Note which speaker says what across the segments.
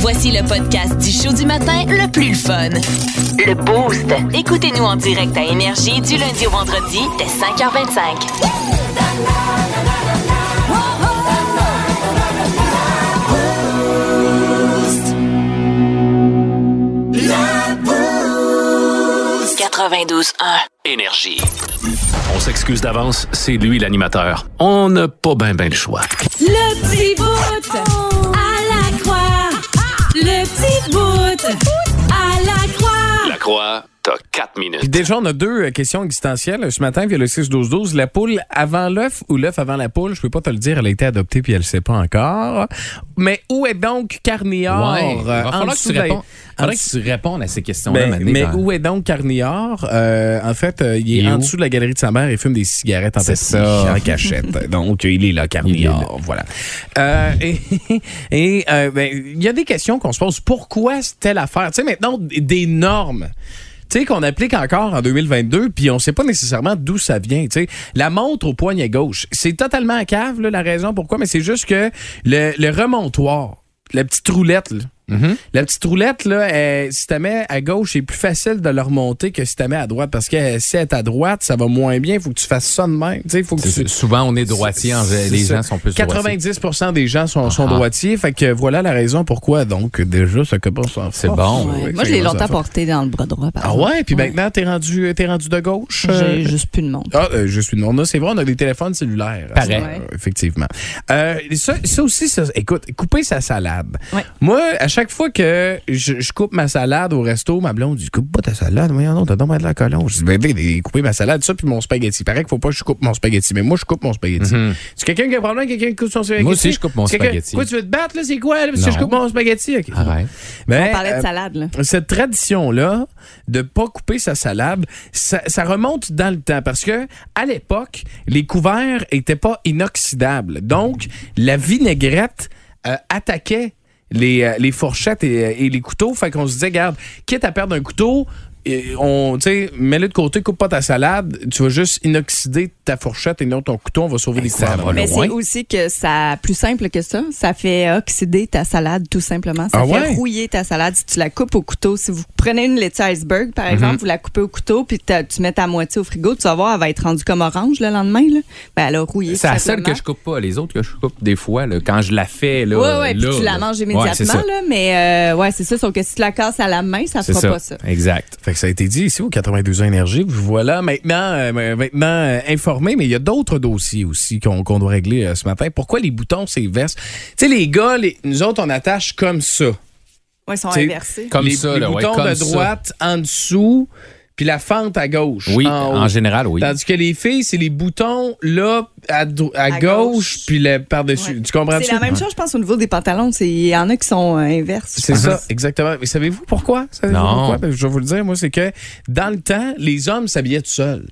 Speaker 1: Voici le podcast du show du matin le plus fun. Le Boost. Écoutez-nous en direct à Énergie du lundi au vendredi dès 5h25.
Speaker 2: Énergie. On s'excuse d'avance, c'est lui l'animateur. On n'a pas bien ben le choix.
Speaker 3: Le petit bout à la croix. Le petit bout à la croix.
Speaker 2: La croix, t'as 4 minutes.
Speaker 4: Puis déjà, on a deux euh, questions existentielles. Ce matin, via le 6-12-12, la poule avant l'œuf ou l'œuf avant la poule, je peux pas te le dire, elle a été adoptée puis elle ne sait pas encore. Mais où est donc Carnior?
Speaker 5: Ouais,
Speaker 4: euh,
Speaker 5: va
Speaker 4: en
Speaker 5: falloir que
Speaker 4: dessous
Speaker 5: tu
Speaker 4: de la-
Speaker 5: répondes.
Speaker 4: en
Speaker 5: faudrait
Speaker 4: dessous-
Speaker 5: que tu répondes à ces questions-là,
Speaker 4: Ben,
Speaker 5: Mané,
Speaker 4: mais
Speaker 5: dans-
Speaker 4: où est donc Carnior? Euh, en fait, euh, il est,
Speaker 5: Il est
Speaker 4: en
Speaker 5: où?
Speaker 4: dessous de la galerie de sa mère et fume des cigarettes en
Speaker 5: C'est
Speaker 4: petit,
Speaker 5: ça.
Speaker 4: en cachette. Donc, il est là,
Speaker 5: Il
Speaker 4: Carnior. Voilà. Euh, et et, euh, ben, il y a des questions qu'on se pose. Pourquoi telle affaire? Tu sais, maintenant, d- des normes. Tu sais, qu'on applique encore en 2022, puis on ne sait pas nécessairement d'où ça vient. Tu sais, la montre au poignet gauche, c'est totalement à cave, là, la raison pourquoi, mais c'est juste que le, le remontoir, la petite roulette, là,
Speaker 5: Mm-hmm.
Speaker 4: la petite roulette, là, elle- si tu la mets à gauche, c'est plus facile de la remonter que si tu la mets à droite. Parce que euh, si elle est à droite, ça va moins bien. Il faut que tu fasses ça de même. Tu sais, faut que
Speaker 5: C'est-
Speaker 4: tu-
Speaker 5: c'est- Souvent, on est droitier, en-
Speaker 4: C'est
Speaker 5: les
Speaker 4: ça.
Speaker 5: gens sont plus droitiers.
Speaker 4: 90 des gens sont, sont
Speaker 5: Ah.
Speaker 4: droitiers. Fait que voilà la raison pourquoi, donc, déjà, ça commence à
Speaker 5: Ah C'est
Speaker 4: force.
Speaker 5: bon.
Speaker 4: Ouais,
Speaker 6: Ouais. Moi,
Speaker 4: ça
Speaker 6: je l'ai
Speaker 4: commence à
Speaker 6: longtemps
Speaker 4: force.
Speaker 6: porté dans le bras droit. par
Speaker 4: Ah
Speaker 6: exemple.
Speaker 4: ouais? Puis maintenant, t'es rendu, t'es rendu de gauche? euh?
Speaker 6: J'ai juste plus de monde.
Speaker 4: Ah, euh, je suis non, non, c'est vrai, on a des téléphones cellulaires.
Speaker 5: Pareil.
Speaker 4: Euh, effectivement. Euh, ça, ça aussi, ça- écoute, couper sa salade.
Speaker 6: Ouais.
Speaker 4: Moi, à chaque fois que je, je coupe ma salade au resto, ma blonde dit Coupe pas ta salade, voyons non, t'as donc bien de la colonne. Je dis Ben, ben, ben, couper ma salade, ça, puis mon spaghetti. Pareil qu'il faut pas que je coupe mon spaghetti, mais moi, je coupe mon spaghetti. C'est quelqu'un qui a un problème, quelqu'un qui coupe son spaghetti.
Speaker 5: Mm-hmm. aussi, je coupe mon
Speaker 4: Quelqu'un-
Speaker 5: spaghetti.
Speaker 4: Quoi, tu veux te battre, là, c'est quoi, là, parce que
Speaker 5: Non.
Speaker 4: je coupe mon spaghetti? Ok.
Speaker 5: Arrête.
Speaker 4: Ben,
Speaker 6: On parlait
Speaker 4: euh,
Speaker 6: de salade, là.
Speaker 4: cette tradition-là de pas couper sa salade, ça, ça remonte dans le temps parce que à l'époque, les couverts étaient pas inoxydables. Donc, la vinaigrette euh, attaquait les, euh, les fourchettes et, euh, et les couteaux. Fait qu'on se disait, garde, quitte à perdre un couteau, et on, tu sais, mets-le de côté, coupe pas ta salade, tu vas juste inoxyder ta fourchette et non ton couteau, on va sauver les
Speaker 5: ça
Speaker 4: couverts.
Speaker 5: va
Speaker 6: Mais
Speaker 5: loin.
Speaker 6: c'est aussi que ça, plus simple que ça, ça fait oxyder ta salade tout simplement. Ça
Speaker 4: Ah
Speaker 6: fait
Speaker 4: ouais?
Speaker 6: rouiller ta salade si tu la coupes au couteau. Si vous prenez une laitue iceberg,
Speaker 5: Mm-hmm.
Speaker 6: par exemple, vous la coupez au couteau, puis t'as- tu mets ta moitié au frigo, tu vas voir, elle va être rendue comme orange le lendemain. Là. Ben, elle a rouillé.
Speaker 5: C'est la
Speaker 6: tout
Speaker 5: seule
Speaker 6: simplement.
Speaker 5: que je coupe pas. Les autres que je coupe des fois, là, quand je la fais. Là,
Speaker 6: Ouais, ouais,
Speaker 5: là,
Speaker 6: puis tu la
Speaker 5: là.
Speaker 6: manges
Speaker 5: Ouais, c'est
Speaker 6: immédiatement,
Speaker 5: ça.
Speaker 6: là, mais euh, ouais, c'est ça, sauf que si tu la casses à la main, ça
Speaker 5: C'est
Speaker 6: fera pas ça.
Speaker 5: ça. Exact.
Speaker 4: Fait que ça a été dit ici au 82 ans Énergie. Vous voilà maintenant, euh, maintenant euh, informé, mais il y a d'autres dossiers aussi qu'on qu'on doit régler euh, ce matin. Pourquoi les boutons s'éversent? Tu sais, les gars, les- nous autres, on attache comme ça.
Speaker 6: Ouais, ils sont
Speaker 4: T'sais,
Speaker 6: inversés.
Speaker 5: Comme
Speaker 4: les,
Speaker 5: ça,
Speaker 4: les
Speaker 5: là, ouais,
Speaker 4: boutons
Speaker 5: comme
Speaker 4: de
Speaker 5: ça.
Speaker 4: droite en dessous, puis la fente à gauche.
Speaker 5: Oui,
Speaker 4: en haut.
Speaker 5: en, général, oui.
Speaker 4: Tandis que les filles, c'est les boutons là, à, dro- à
Speaker 6: À
Speaker 4: gauche,
Speaker 6: gauche.
Speaker 4: puis le par-dessus.
Speaker 6: Ouais.
Speaker 4: Tu comprends-tu?
Speaker 6: C'est la même chose, je pense, au niveau des pantalons. C'est- Il y en a qui sont euh, inverses.
Speaker 4: C'est ça, Uh-huh. exactement. Mais savez-vous pourquoi? Savez-vous
Speaker 5: Non.
Speaker 4: pourquoi? Parce que je vais vous le dire, moi, c'est que dans le temps, les hommes s'habillaient tout seuls.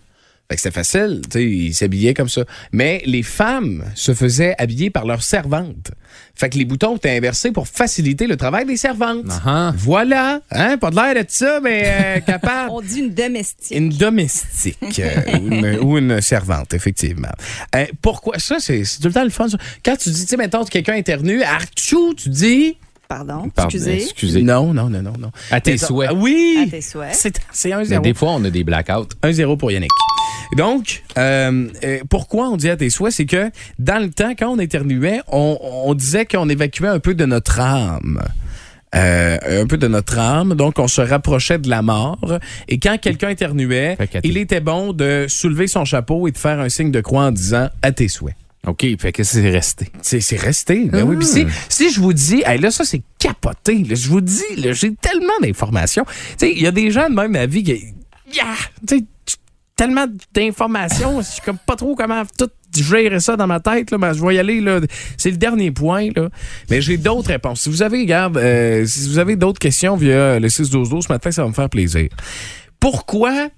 Speaker 4: Fait que c'était facile, tu sais, ils s'habillaient comme ça. Mais les femmes se faisaient habiller par leurs servantes. Fait que les boutons étaient inversés pour faciliter le travail des servantes.
Speaker 5: Ah, ah.
Speaker 4: Voilà, hein, pas de l'air de ça, mais euh, capable.
Speaker 6: On dit une domestique.
Speaker 4: Une domestique euh, ou, une, ou une servante, effectivement. Euh, pourquoi? Ça, c'est c'est tout le temps le fun. ça. Quand tu dis, tu sais, mettons, quelqu'un éternue, archou, tu dis...
Speaker 6: Pardon,
Speaker 5: Pardon,
Speaker 6: excusez.
Speaker 5: excusez.
Speaker 4: Non, non, non, non, non.
Speaker 5: À tes
Speaker 4: Mais ça-
Speaker 5: souhaits.
Speaker 4: Ah Oui.
Speaker 6: À tes souhaits.
Speaker 4: C'est- C'est
Speaker 5: Mais
Speaker 4: 1-0.
Speaker 5: des fois, on a des blackouts.
Speaker 4: 1-0 pour Yannick. Donc, euh, euh, pourquoi on dit à tes souhaits, c'est que dans le temps, quand on éternuait, on, on disait qu'on évacuait un peu de notre âme. Euh, un peu de notre âme, donc on se rapprochait de la mort. Et quand quelqu'un éternuait,
Speaker 5: Fait qu'à tes-
Speaker 4: il était bon de soulever son chapeau et de faire un signe de croix en disant à tes souhaits.
Speaker 5: OK, fait que c'est resté.
Speaker 4: C'est c'est resté. Ben oui. Puis si, si je vous dis, hey, là, ça, c'est capoté. là. je vous dis, là, j'ai tellement d'informations. Tu sais, il y a des gens de même à vie qui. Yeah! Tu sais, tu- tellement d'informations. je suis comme pas trop comment tout gérer ça dans ma tête. Là, mais je vais y aller. là. C'est le dernier point. Là. Mais j'ai d'autres réponses. Si vous avez, regarde, euh, si vous avez d'autres questions via le 6-12-12 ce matin, ça va me faire plaisir. Pourquoi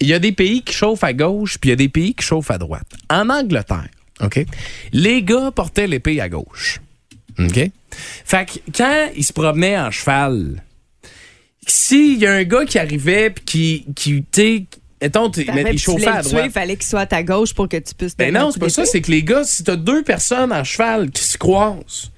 Speaker 4: il y a des pays qui chauffent à gauche, puis il y a des pays qui chauffent à droite. En Angleterre, OK, les gars portaient l'épée à gauche. OK? Fait que quand ils se promenaient en cheval, s'il y a un gars qui arrivait, puis qui, qui tu sais, mettons, t'es- mais il chauffait à droite.
Speaker 6: Il fallait qu'il soit à ta gauche pour que tu puisses.
Speaker 4: Ben
Speaker 6: donner un
Speaker 4: non,
Speaker 6: coup
Speaker 4: c'est pas ça.
Speaker 6: d'épée.
Speaker 4: C'est que les gars, si t'as deux personnes en cheval qui se croisent,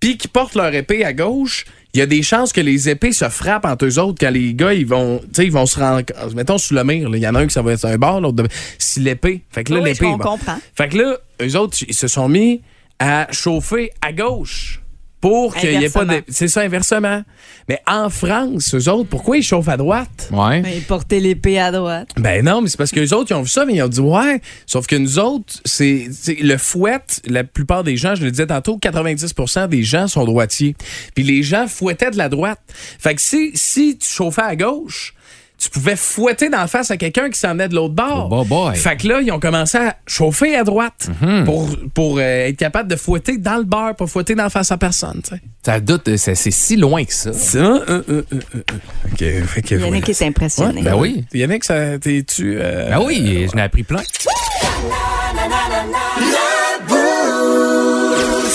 Speaker 4: puis qui portent leur épée à gauche, il y a des chances que les épées se frappent entre eux autres quand les gars, ils vont, tu sais, ils vont se rendre. Mettons, sous le mire, là, il y en a un qui ça va être un bord, l'autre. de- Si l'épée. Fait que là,
Speaker 6: Oui,
Speaker 4: l'épée.
Speaker 6: on
Speaker 4: bon.
Speaker 6: comprend.
Speaker 4: Fait que là, eux autres, ils se sont mis à chauffer à gauche pour qu'il n'y ait pas de.
Speaker 6: Inversement.
Speaker 4: C'est ça, inversement. Mais en France, eux autres, pourquoi ils chauffent à droite?
Speaker 5: Ouais.
Speaker 6: Mais porter l'épée à droite.
Speaker 4: Ben non, mais c'est parce que les autres, ils ont vu ça, mais ils ont dit ouais. Sauf que nous autres, c'est c'est- le fouet, la plupart des gens, je le disais tantôt, 90 des gens sont droitiers. Puis les gens fouettaient de la droite. Fait que si, si tu chauffais à gauche, tu pouvais fouetter d'en face à quelqu'un qui s'en venait de l'autre bord.
Speaker 5: Oh, boy, boy.
Speaker 4: Fait que là, ils ont commencé à chauffer à droite pour, pour euh, être capable de fouetter dans le beurre, pas fouetter d'en face à personne. tu sais.
Speaker 5: Ça doute, euh, c'est c'est si loin que ça.
Speaker 4: Ça, euh, euh, euh, euh, euh. Ok, fait que
Speaker 6: Il y en a
Speaker 4: voilà.
Speaker 6: qui est impressionné.
Speaker 5: Ben oui.
Speaker 4: Yannick, ça t'es-tu. euh,
Speaker 5: Ben oui, j'en ai appris plein.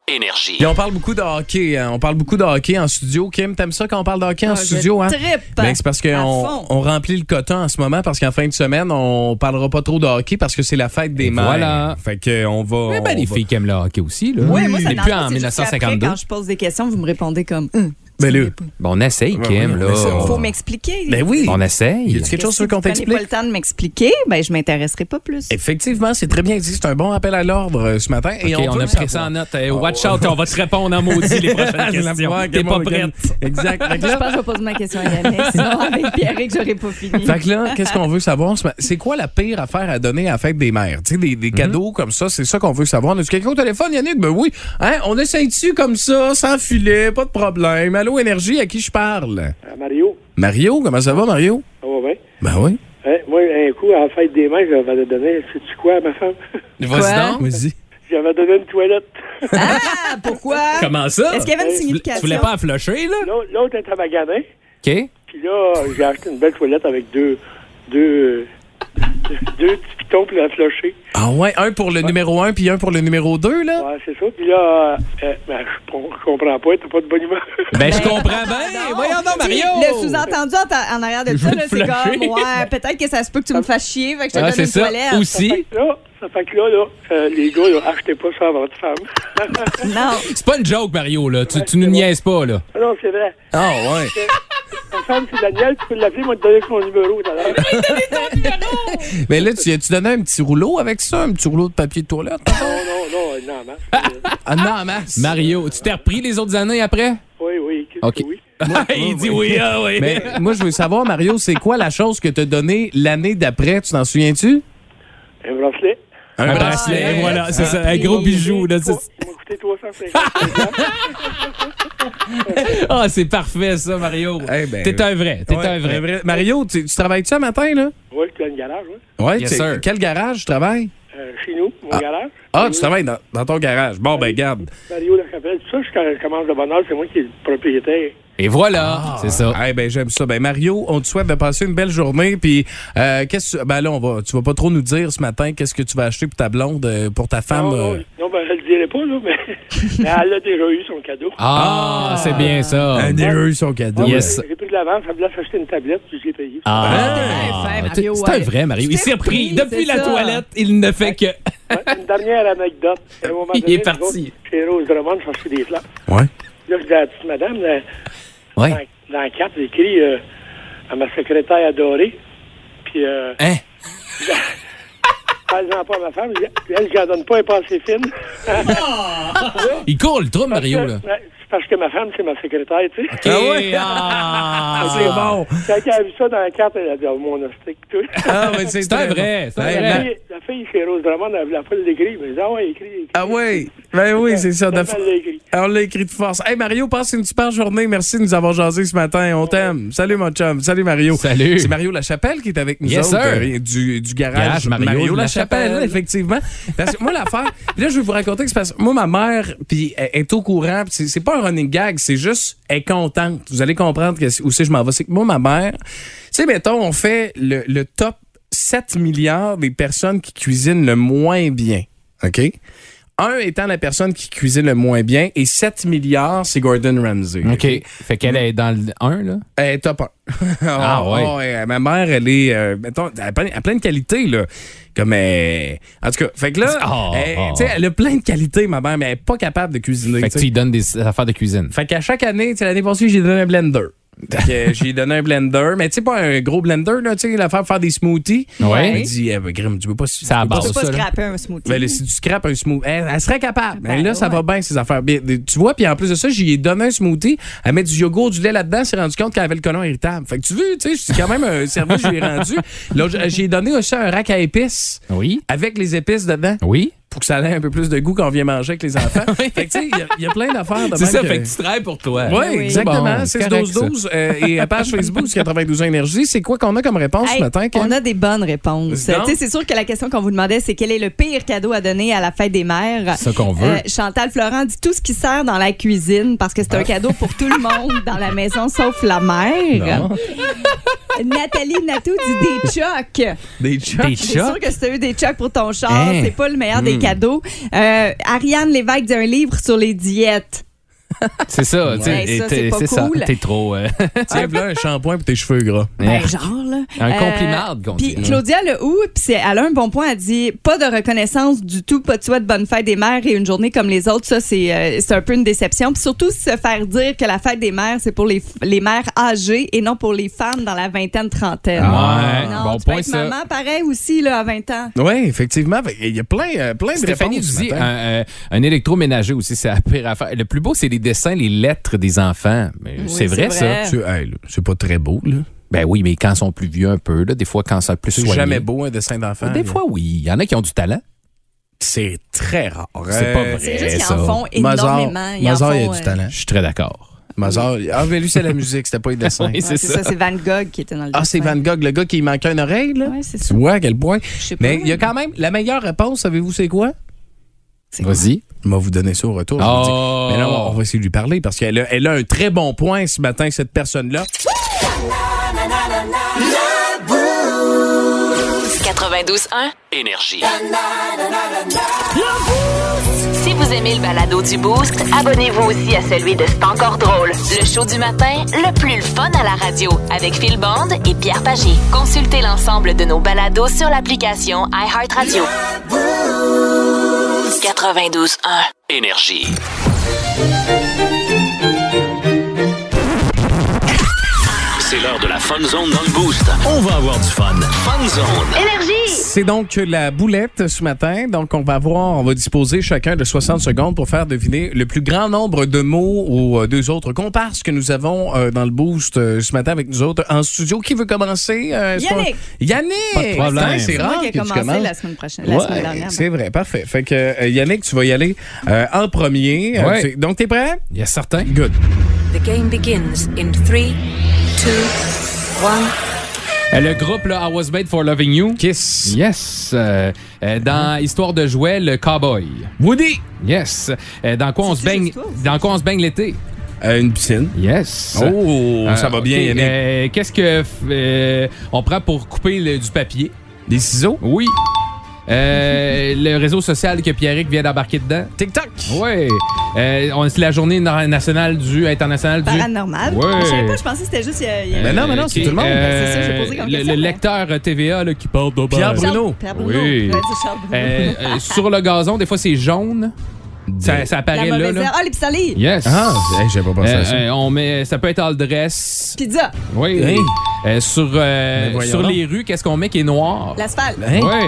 Speaker 2: Énergie.
Speaker 4: Et on parle beaucoup de hockey. hein. On parle beaucoup de hockey en studio. Kim, t'aimes ça quand on parle de hockey en
Speaker 6: Ah, je
Speaker 4: studio? Hein?
Speaker 6: trippe.
Speaker 4: Ben, c'est parce
Speaker 6: À
Speaker 4: qu'on
Speaker 6: fond.
Speaker 4: on remplit le coton en ce moment parce qu'en fin de semaine, on parlera pas trop de hockey parce que c'est la fête des
Speaker 5: Et
Speaker 4: mères.
Speaker 5: voilà.
Speaker 4: Fait que on va.
Speaker 5: Mais ben,
Speaker 4: on
Speaker 5: les
Speaker 4: va-
Speaker 5: filles qui aiment le hockey aussi, là.
Speaker 6: Ouais, moi, ça me
Speaker 5: Et puis
Speaker 6: dérange
Speaker 5: en
Speaker 6: pas, c'est juste qu'après,
Speaker 5: 1952.
Speaker 6: Quand je pose des questions, vous me répondez comme Hum,
Speaker 4: Ben, là,
Speaker 5: Bon, on essaye, Kim,
Speaker 4: oui,
Speaker 5: là.
Speaker 4: on essaie.
Speaker 5: On-
Speaker 6: faut m'expliquer.
Speaker 4: ben oui.
Speaker 5: On essaye.
Speaker 4: Y a-tu quelque chose
Speaker 6: Si
Speaker 4: que qu'on
Speaker 6: vous prenez
Speaker 4: t'explique? Eh.
Speaker 6: pas le temps de m'expliquer, ben je m'intéresserai pas plus.
Speaker 4: Effectivement, c'est très bien dit. C'est un bon appel à l'ordre euh, ce matin. Et
Speaker 5: OK,
Speaker 4: on,
Speaker 5: on,
Speaker 4: veut
Speaker 5: a
Speaker 4: le
Speaker 5: pris
Speaker 4: savoir. Oh,
Speaker 5: ça en note. Eh, watch out, on va te répondre en maudit les prochaines
Speaker 4: Je hein, vais voir que
Speaker 5: questions. T'es
Speaker 4: mon
Speaker 5: pas
Speaker 4: week-end-
Speaker 5: prête.
Speaker 4: Exact. Fait
Speaker 6: Je
Speaker 4: que là-
Speaker 6: pense que je vais poser ma question à Yannick, sinon avec Pierrick, j'aurais pas fini.
Speaker 4: Fait que là, qu'est-ce qu'on veut savoir? ce ma- C'est quoi la pire affaire à donner à la fête des mères? Tu sais, des, des cadeaux comme ça, c'est ça qu'on veut savoir. On a quelqu'un au téléphone, Yannick? Ben oui. Hein, on essaye dessus comme ça, sans filet, pas de problème. Allô, Énergie, à qui je parle?
Speaker 7: À Mario,
Speaker 4: Mario, comment ça va, Mario?
Speaker 7: ça va bien.
Speaker 4: Ben oui.
Speaker 7: Hein, moi, un coup, à la fête des mains, j'avais donné, sais-tu quoi à ma femme?
Speaker 5: Vas-y donc.
Speaker 4: Vas-y.
Speaker 7: j'avais donné une toilette.
Speaker 6: Ah, pourquoi?
Speaker 5: Comment ça?
Speaker 6: Est-ce qu'il y avait une
Speaker 5: Tu voulais-
Speaker 6: signification?
Speaker 5: Tu voulais pas la flusher, là?
Speaker 7: L'autre l'autre était magané,
Speaker 5: OK.
Speaker 7: puis là, j'ai acheté une belle toilette avec deux, deux, deux petits pitons pour la flocher.
Speaker 4: Ah ouais, un pour le numéro 1 puis un pour le numéro 2, là?
Speaker 7: Ouais, c'est ça. Puis là, euh, ben, je com- je comprends pas, t'as pas de bonne humeur.
Speaker 5: Ben, je comprends bien. Voyons donc, Mario.
Speaker 6: Le sous-entendu en, en arrière de ça,
Speaker 5: veux
Speaker 6: là,
Speaker 5: te
Speaker 6: c'est
Speaker 5: flusher.
Speaker 6: comme, ouais, peut-être que ça se peut que tu me fasses chier, fait que je te
Speaker 5: Ah,
Speaker 6: donne
Speaker 5: c'est
Speaker 6: une
Speaker 5: ça.
Speaker 6: toilette.
Speaker 5: Aussi,
Speaker 7: là, ça fait que là, là euh, les gars, là, achetez pas ça à votre femme.
Speaker 6: Non.
Speaker 5: c'est pas une joke, Mario, là. Tu, tu nous niaises pas, là.
Speaker 7: Ah non, c'est vrai.
Speaker 4: Ah ouais.
Speaker 7: Ma femme, c'est Daniel, tu peux l'appeler, moi, te donner son numéro tout à l'heure.
Speaker 4: Mais là, tu as-tu donné un petit rouleau avec ça? Un petit rouleau de papier de toilette?
Speaker 7: Non, non, non, euh, non, masse.
Speaker 4: Ah non, en masse.
Speaker 5: Mario, tu t'es repris les autres années après?
Speaker 7: Oui, oui, qu'est-ce
Speaker 5: OK.
Speaker 7: que oui.
Speaker 5: Il
Speaker 2: Oh,
Speaker 5: dit oui, ah oui.
Speaker 4: Mais Ben, moi, je veux savoir, Mario, c'est quoi la chose que t'as donnée l'année d'après? Tu t'en souviens-tu?
Speaker 7: Un bracelet.
Speaker 5: un
Speaker 4: bras-
Speaker 5: bracelet,
Speaker 6: ouais.
Speaker 5: voilà, Ah, c'est Ah, ça. Un gros bijou, là. c'est-
Speaker 7: Il m'a coûté 350.
Speaker 5: Ah, c'est parfait, ça, Mario.
Speaker 4: Eh ben,
Speaker 5: T'es un vrai, t'es
Speaker 4: Ouais,
Speaker 5: un vrai.
Speaker 4: Mario, tu, tu travailles-tu ce matin, là?
Speaker 7: Oui, tu as une garage, oui.
Speaker 4: Oui,
Speaker 5: Yes, sir.
Speaker 4: Quel garage tu travailles?
Speaker 7: Euh, chez nous, mon garage.
Speaker 4: Ah, tu travailles dans, dans ton garage. Bon, ben, garde.
Speaker 7: Mario Lacapelle, tout ça, je commence de bonheur, c'est moi qui est le propriétaire.
Speaker 5: Et voilà, c'est ça.
Speaker 4: Eh ben, j'aime ça. Ben, Mario, on te souhaite de passer une belle journée. Puis, euh, qu'est-ce que. Ben, là, on va, tu vas pas trop nous dire ce matin qu'est-ce que tu vas acheter pour ta blonde, euh, pour ta
Speaker 5: Ah,
Speaker 4: femme.
Speaker 7: Non,
Speaker 4: euh.
Speaker 7: non, non, ben, je le dirai pas, là, mais, mais elle a déjà eu son cadeau.
Speaker 5: Ah, c'est bien ça.
Speaker 4: Un heureux, son cadeau.
Speaker 7: Ah,
Speaker 5: yes.
Speaker 7: J'ai j'ai pris de l'avance, elle voulait s'acheter une tablette, puis j'ai payé.
Speaker 5: Ah,
Speaker 6: T'es un fin,
Speaker 5: t'es-
Speaker 6: Mario,
Speaker 5: c'est un
Speaker 6: ouais.
Speaker 5: vrai Mario.
Speaker 6: Je
Speaker 5: Il
Speaker 6: t'ai
Speaker 5: s'est repris.
Speaker 6: repris,
Speaker 5: Depuis
Speaker 6: c'est
Speaker 5: la
Speaker 6: ça.
Speaker 5: toilette, il ne fait que.
Speaker 7: Ouais, Une dernière anecdote. À un moment
Speaker 5: Il
Speaker 7: donné,
Speaker 5: est
Speaker 7: nous
Speaker 5: parti.
Speaker 7: autres, Chez Rose Drummond, je cherchais des fleurs.
Speaker 4: Ouais.
Speaker 7: Là, je dis à la petite madame, là,
Speaker 5: Ouais.
Speaker 7: dans, dans la carte, j'ai écrit euh, à ma secrétaire adorée, puis... Euh,
Speaker 5: Hein?
Speaker 7: Parle-en pas à ma femme, je dis, elle, je la donne pas, elle est pas assez fine.
Speaker 5: Il court le trou, Mario, là.
Speaker 7: Ouais, Euh, C'est parce que ma femme, c'est ma secrétaire, tu sais.
Speaker 5: Ah ouais. Ah,
Speaker 4: C'est bon.
Speaker 7: Quand elle a vu ça dans la carte, elle a dit Oh mon hostique, tout.
Speaker 4: Ah, ben,
Speaker 5: C'est un
Speaker 4: très
Speaker 5: vrai. C'est
Speaker 4: bon.
Speaker 5: un
Speaker 4: Ben,
Speaker 5: vrai.
Speaker 4: ma-
Speaker 7: La fille, c'est Rose Drummond, elle voulait pas l'écrire, mais elle dit Ah ouais, écris, écris.
Speaker 4: Ah, oui. Ben oui, c'est ça. de-
Speaker 7: Elle l'a écrit.
Speaker 4: Alors, on l'a écrit de force. Hey Mario, passe une super journée. Merci de nous avoir jasé ce matin. On t'aime. Salut mon chum. Salut Mario.
Speaker 5: Salut.
Speaker 4: C'est Mario Lachapelle qui est avec nous
Speaker 5: Yes,
Speaker 4: autres,
Speaker 5: sir.
Speaker 4: euh, du, du garage
Speaker 5: Garage Mario Lachapelle.
Speaker 4: effectivement. Parce que moi l'affaire, puis là je vais vous raconter que c'est parce que moi ma mère puis elle est au courant, puis c'est c'est pas un running gag, c'est juste elle est contente. Vous allez comprendre que, où c'est que je m'en vais, c'est que moi ma mère, sais, mettons, on fait le, le top 7 milliards des personnes qui cuisinent le moins bien. OK? Un étant la personne qui cuisine le moins bien et 7 milliards, c'est Gordon Ramsay.
Speaker 5: OK. Fait qu'elle est dans le 1, là.
Speaker 4: Elle est top 1.
Speaker 5: Ah, ouais.
Speaker 4: eh, Ma mère, elle est, euh, mettons, elle a plein, elle a plein de qualités, là. Comme, euh, en tout cas, fait que là,
Speaker 5: Ah,
Speaker 4: elle,
Speaker 5: ah.
Speaker 4: tu sais, elle a plein de qualités, ma mère, mais elle n'est pas capable de cuisiner.
Speaker 5: Fait
Speaker 4: tu
Speaker 5: que
Speaker 4: sais.
Speaker 5: tu lui donnes des affaires de cuisine.
Speaker 4: Fait qu'à chaque année, tu sais, l'année passée, j'ai donné un blender. Fait que j'ai donné un blender, mais tu sais, pas un gros blender, là, tu sais, l'affaire pour faire des smoothies.
Speaker 5: Ouais.
Speaker 4: Elle dit, eh ben, Grim, tu veux pas.
Speaker 5: C'est à la
Speaker 4: tu veux pas-
Speaker 5: base,
Speaker 6: Faut pas
Speaker 5: ça, là.
Speaker 6: scraper un smoothie.
Speaker 4: Ben, là, si tu scrapes un smoothie, elle, elle serait capable.
Speaker 6: Ben,
Speaker 4: Mais là, ça
Speaker 6: ouais.
Speaker 4: va bien, ces affaires. Bien, des- tu vois, puis en plus de ça, j'y ai donné un smoothie. Elle met du yogourt, du lait là-dedans, elle s'est rendu compte qu'elle avait le colon irritable. Fait que tu veux, tu sais, c'est quand même un service que je lui ai rendu. Là, j- j'ai donné aussi un rack à épices
Speaker 5: Oui.
Speaker 4: avec les épices dedans
Speaker 5: Oui.
Speaker 4: pour que ça ait un peu plus de goût quand on vient manger avec les enfants. fait que tu sais, il y a- il y, a plein d'affaires de même que-
Speaker 5: travailles pour toi.
Speaker 4: oui,
Speaker 6: oui.
Speaker 4: exactement.
Speaker 5: Bon,
Speaker 4: c'est
Speaker 5: c'est
Speaker 4: 12
Speaker 5: correct,
Speaker 4: 12 euh, et à page Facebook du 92 Énergie. C'est quoi qu'on a comme réponse
Speaker 6: Hey,
Speaker 4: ce matin? Kim?
Speaker 6: on a des bonnes réponses.
Speaker 4: Dis donc.
Speaker 6: Tu sais, C'est sûr que la question qu'on vous demandait, c'est quel est le pire cadeau à donner à la fête des mères? Euh,
Speaker 5: C'est ça qu'on veut.
Speaker 6: Chantal Florent dit tout ce qui sert dans la cuisine parce que c'est un
Speaker 5: Ben.
Speaker 6: cadeau pour tout le monde dans la maison sauf la mère. Nathalie Natou dit des chocs.
Speaker 4: Des chats.
Speaker 5: Des
Speaker 6: C'est sûr
Speaker 5: chocs.
Speaker 6: que si t'as eu des chocs pour ton char,
Speaker 5: Hein?
Speaker 6: c'est pas le meilleur des cadeaux. Euh, Ariane Lévesque d'un livre sur les diètes.
Speaker 5: C'est ça. tu sais,
Speaker 6: Ouais, ça,
Speaker 5: et
Speaker 6: c'est
Speaker 5: t'es-
Speaker 6: pas
Speaker 5: C'est ça.
Speaker 6: cool.
Speaker 5: T'es trop. euh,
Speaker 4: Tiens, voilà un shampoing pour tes cheveux gras.
Speaker 6: Ben, genre, là.
Speaker 5: Eh. Un
Speaker 6: Euh,
Speaker 5: complimarde, qu'on
Speaker 6: Puis
Speaker 5: dit.
Speaker 6: Claudia Lehoux, puis c'est- elle a un bon point, elle dit pas de reconnaissance du tout, pas de souhait de bonne fête des mères et une journée comme les autres, ça c'est euh, c'est un peu une déception. Puis surtout se faire dire que la fête des mères c'est pour les, f- les mères âgées et non pour les femmes dans la vingtaine trentaine.
Speaker 5: Ah, ouais.
Speaker 6: non,
Speaker 5: Bon
Speaker 6: tu peux
Speaker 5: point,
Speaker 6: être
Speaker 5: ça.
Speaker 6: maman pareil aussi là à 20 ans.
Speaker 4: Oui, effectivement. Fait- Il y a plein, euh, plein de
Speaker 5: Stéphanie
Speaker 4: réponses.
Speaker 5: nous
Speaker 4: ce
Speaker 5: dit un,
Speaker 4: matin.
Speaker 5: euh, un électroménager aussi, c'est la pire affaire. Le plus beau, c'est les dessins, les lettres des enfants. Mais c'est
Speaker 6: c'est
Speaker 5: vrai,
Speaker 6: vrai.
Speaker 5: ça.
Speaker 4: Tu- hey, là, c'est pas très beau, là.
Speaker 5: Ben oui, mais quand ils sont plus vieux un peu, là, des fois, quand ça a plus
Speaker 4: C'est
Speaker 5: soigné.
Speaker 4: jamais beau, un dessin d'enfant.
Speaker 5: Des
Speaker 4: là.
Speaker 5: fois, oui. Il y en a qui ont du talent.
Speaker 4: C'est très rare. Euh,
Speaker 5: C'est pas vrai.
Speaker 6: C'est juste qu'ils
Speaker 5: Eh, ça.
Speaker 6: en font
Speaker 4: Mozart,
Speaker 6: énormément. Ils en
Speaker 4: Mozart, il y a
Speaker 6: font,
Speaker 4: du
Speaker 6: euh,
Speaker 4: talent.
Speaker 5: Je suis très d'accord.
Speaker 4: Mozart, ah, mais lui, c'est la musique, c'était pas les dessins.
Speaker 5: Oui,
Speaker 6: ouais, c'est ça, c'est Van Gogh qui était dans le
Speaker 4: Ah, c'est
Speaker 6: dessin.
Speaker 4: Van Gogh, le gars qui manquait une oreille, là.
Speaker 6: Ouais, c'est
Speaker 4: tu
Speaker 6: ça.
Speaker 4: vois à quel point.
Speaker 6: Je sais pas.
Speaker 4: Mais il y a quand même la meilleure réponse, savez-vous, c'est quoi?
Speaker 5: Vas-y.
Speaker 4: Je vais vous donner ça au retour. je vous le dis.
Speaker 5: Oh.
Speaker 4: Mais là, on va essayer de lui parler parce qu'elle a, elle a un très bon point ce matin, cette personne-là.
Speaker 1: 92.1.
Speaker 2: Énergie.
Speaker 1: Si vous aimez le balado du Boost, abonnez-vous aussi à celui de C'est encore drôle. Le show du matin, le plus le fun à la radio, avec Phil Bond et Pierre Pagé. Consultez l'ensemble de nos balados sur l'application iHeartRadio. 92.1.
Speaker 2: Énergie. C'est l'heure de la Fun Zone dans le Boost. On va avoir du fun. Fun Zone.
Speaker 4: C'est donc la boulette ce matin. Donc, on va voir, on va disposer chacun de 60 secondes pour faire deviner le plus grand nombre de mots aux euh, deux autres comparses que nous avons euh, dans le boost euh, ce matin avec nous autres en studio. Qui veut commencer? euh, est-ce qu'on-
Speaker 6: Yannick.
Speaker 4: Yannick!
Speaker 5: Pas de problème.
Speaker 4: Putain, C'est
Speaker 6: C'est moi qui
Speaker 4: rare que
Speaker 6: ai
Speaker 4: tu
Speaker 6: commencé
Speaker 4: commences.
Speaker 6: la semaine prochaine, la semaine
Speaker 4: Ouais,
Speaker 6: dernière.
Speaker 4: c'est vrai, parfait. Fait que euh, Yannick, tu vas y aller euh, en premier. Euh,
Speaker 5: Ouais.
Speaker 4: tu- donc, t'es prêt?
Speaker 5: Il y a certains.
Speaker 4: Good.
Speaker 8: The game begins in three, two, one.
Speaker 5: Euh, Le groupe, là, I Was Made for Loving You.
Speaker 4: Kiss.
Speaker 5: Yes. Euh, euh, dans Histoire de jouets, le cowboy.
Speaker 4: Woody!
Speaker 5: Yes. Euh, dans quoi on se
Speaker 6: C'est-tu
Speaker 5: baigne
Speaker 6: juste toi, ou
Speaker 5: Dans quoi on se baigne l'été.
Speaker 4: Euh, une piscine.
Speaker 5: Yes.
Speaker 4: Oh, ça
Speaker 5: Euh,
Speaker 4: va bien,
Speaker 5: ok,
Speaker 4: Yannick.
Speaker 5: euh, Qu'est-ce que euh, on prend pour couper le- du papier
Speaker 4: Des ciseaux.
Speaker 5: Oui. Euh, le réseau social que Pierrick vient d'embarquer dedans.
Speaker 4: TikTok.
Speaker 5: Oui. Euh, on- c'est la journée na- nationale du internationale du.
Speaker 6: Paranormal.
Speaker 5: Ouais.
Speaker 6: Je savais pas, je pensais que c'était juste. il y a- il y a-
Speaker 4: Ben non, mais non, c'est
Speaker 5: ok,
Speaker 4: tout le monde.
Speaker 5: euh,
Speaker 6: C'est ça, j'ai posé comme
Speaker 5: le-
Speaker 6: question,
Speaker 5: Le
Speaker 6: mais-
Speaker 5: lecteur euh, TVA là, qui parle de
Speaker 4: Pierre
Speaker 5: base.
Speaker 4: Bruno.
Speaker 6: Pierre Bruno.
Speaker 5: Oui.
Speaker 6: J'aurais dit Charles Bruno.
Speaker 5: Euh, euh, sur le gazon, des fois c'est jaune. Ça, ça
Speaker 6: La
Speaker 5: apparaît là.
Speaker 6: mauvaise
Speaker 5: là.
Speaker 6: herbe. Ah, les pistolets.
Speaker 5: Yes.
Speaker 4: Ben. Ah, hey, j'avais pas pensé
Speaker 5: Euh,
Speaker 4: à ça.
Speaker 5: euh, on met, ça peut être all dress.
Speaker 6: Pizza.
Speaker 5: Oui.
Speaker 4: Hey.
Speaker 5: Euh, sur euh,
Speaker 4: Mais voyons
Speaker 5: sur
Speaker 4: donc.
Speaker 5: les rues, qu'est-ce qu'on met qui est noir?
Speaker 6: L'asphalte.
Speaker 4: Hein?
Speaker 5: Oui.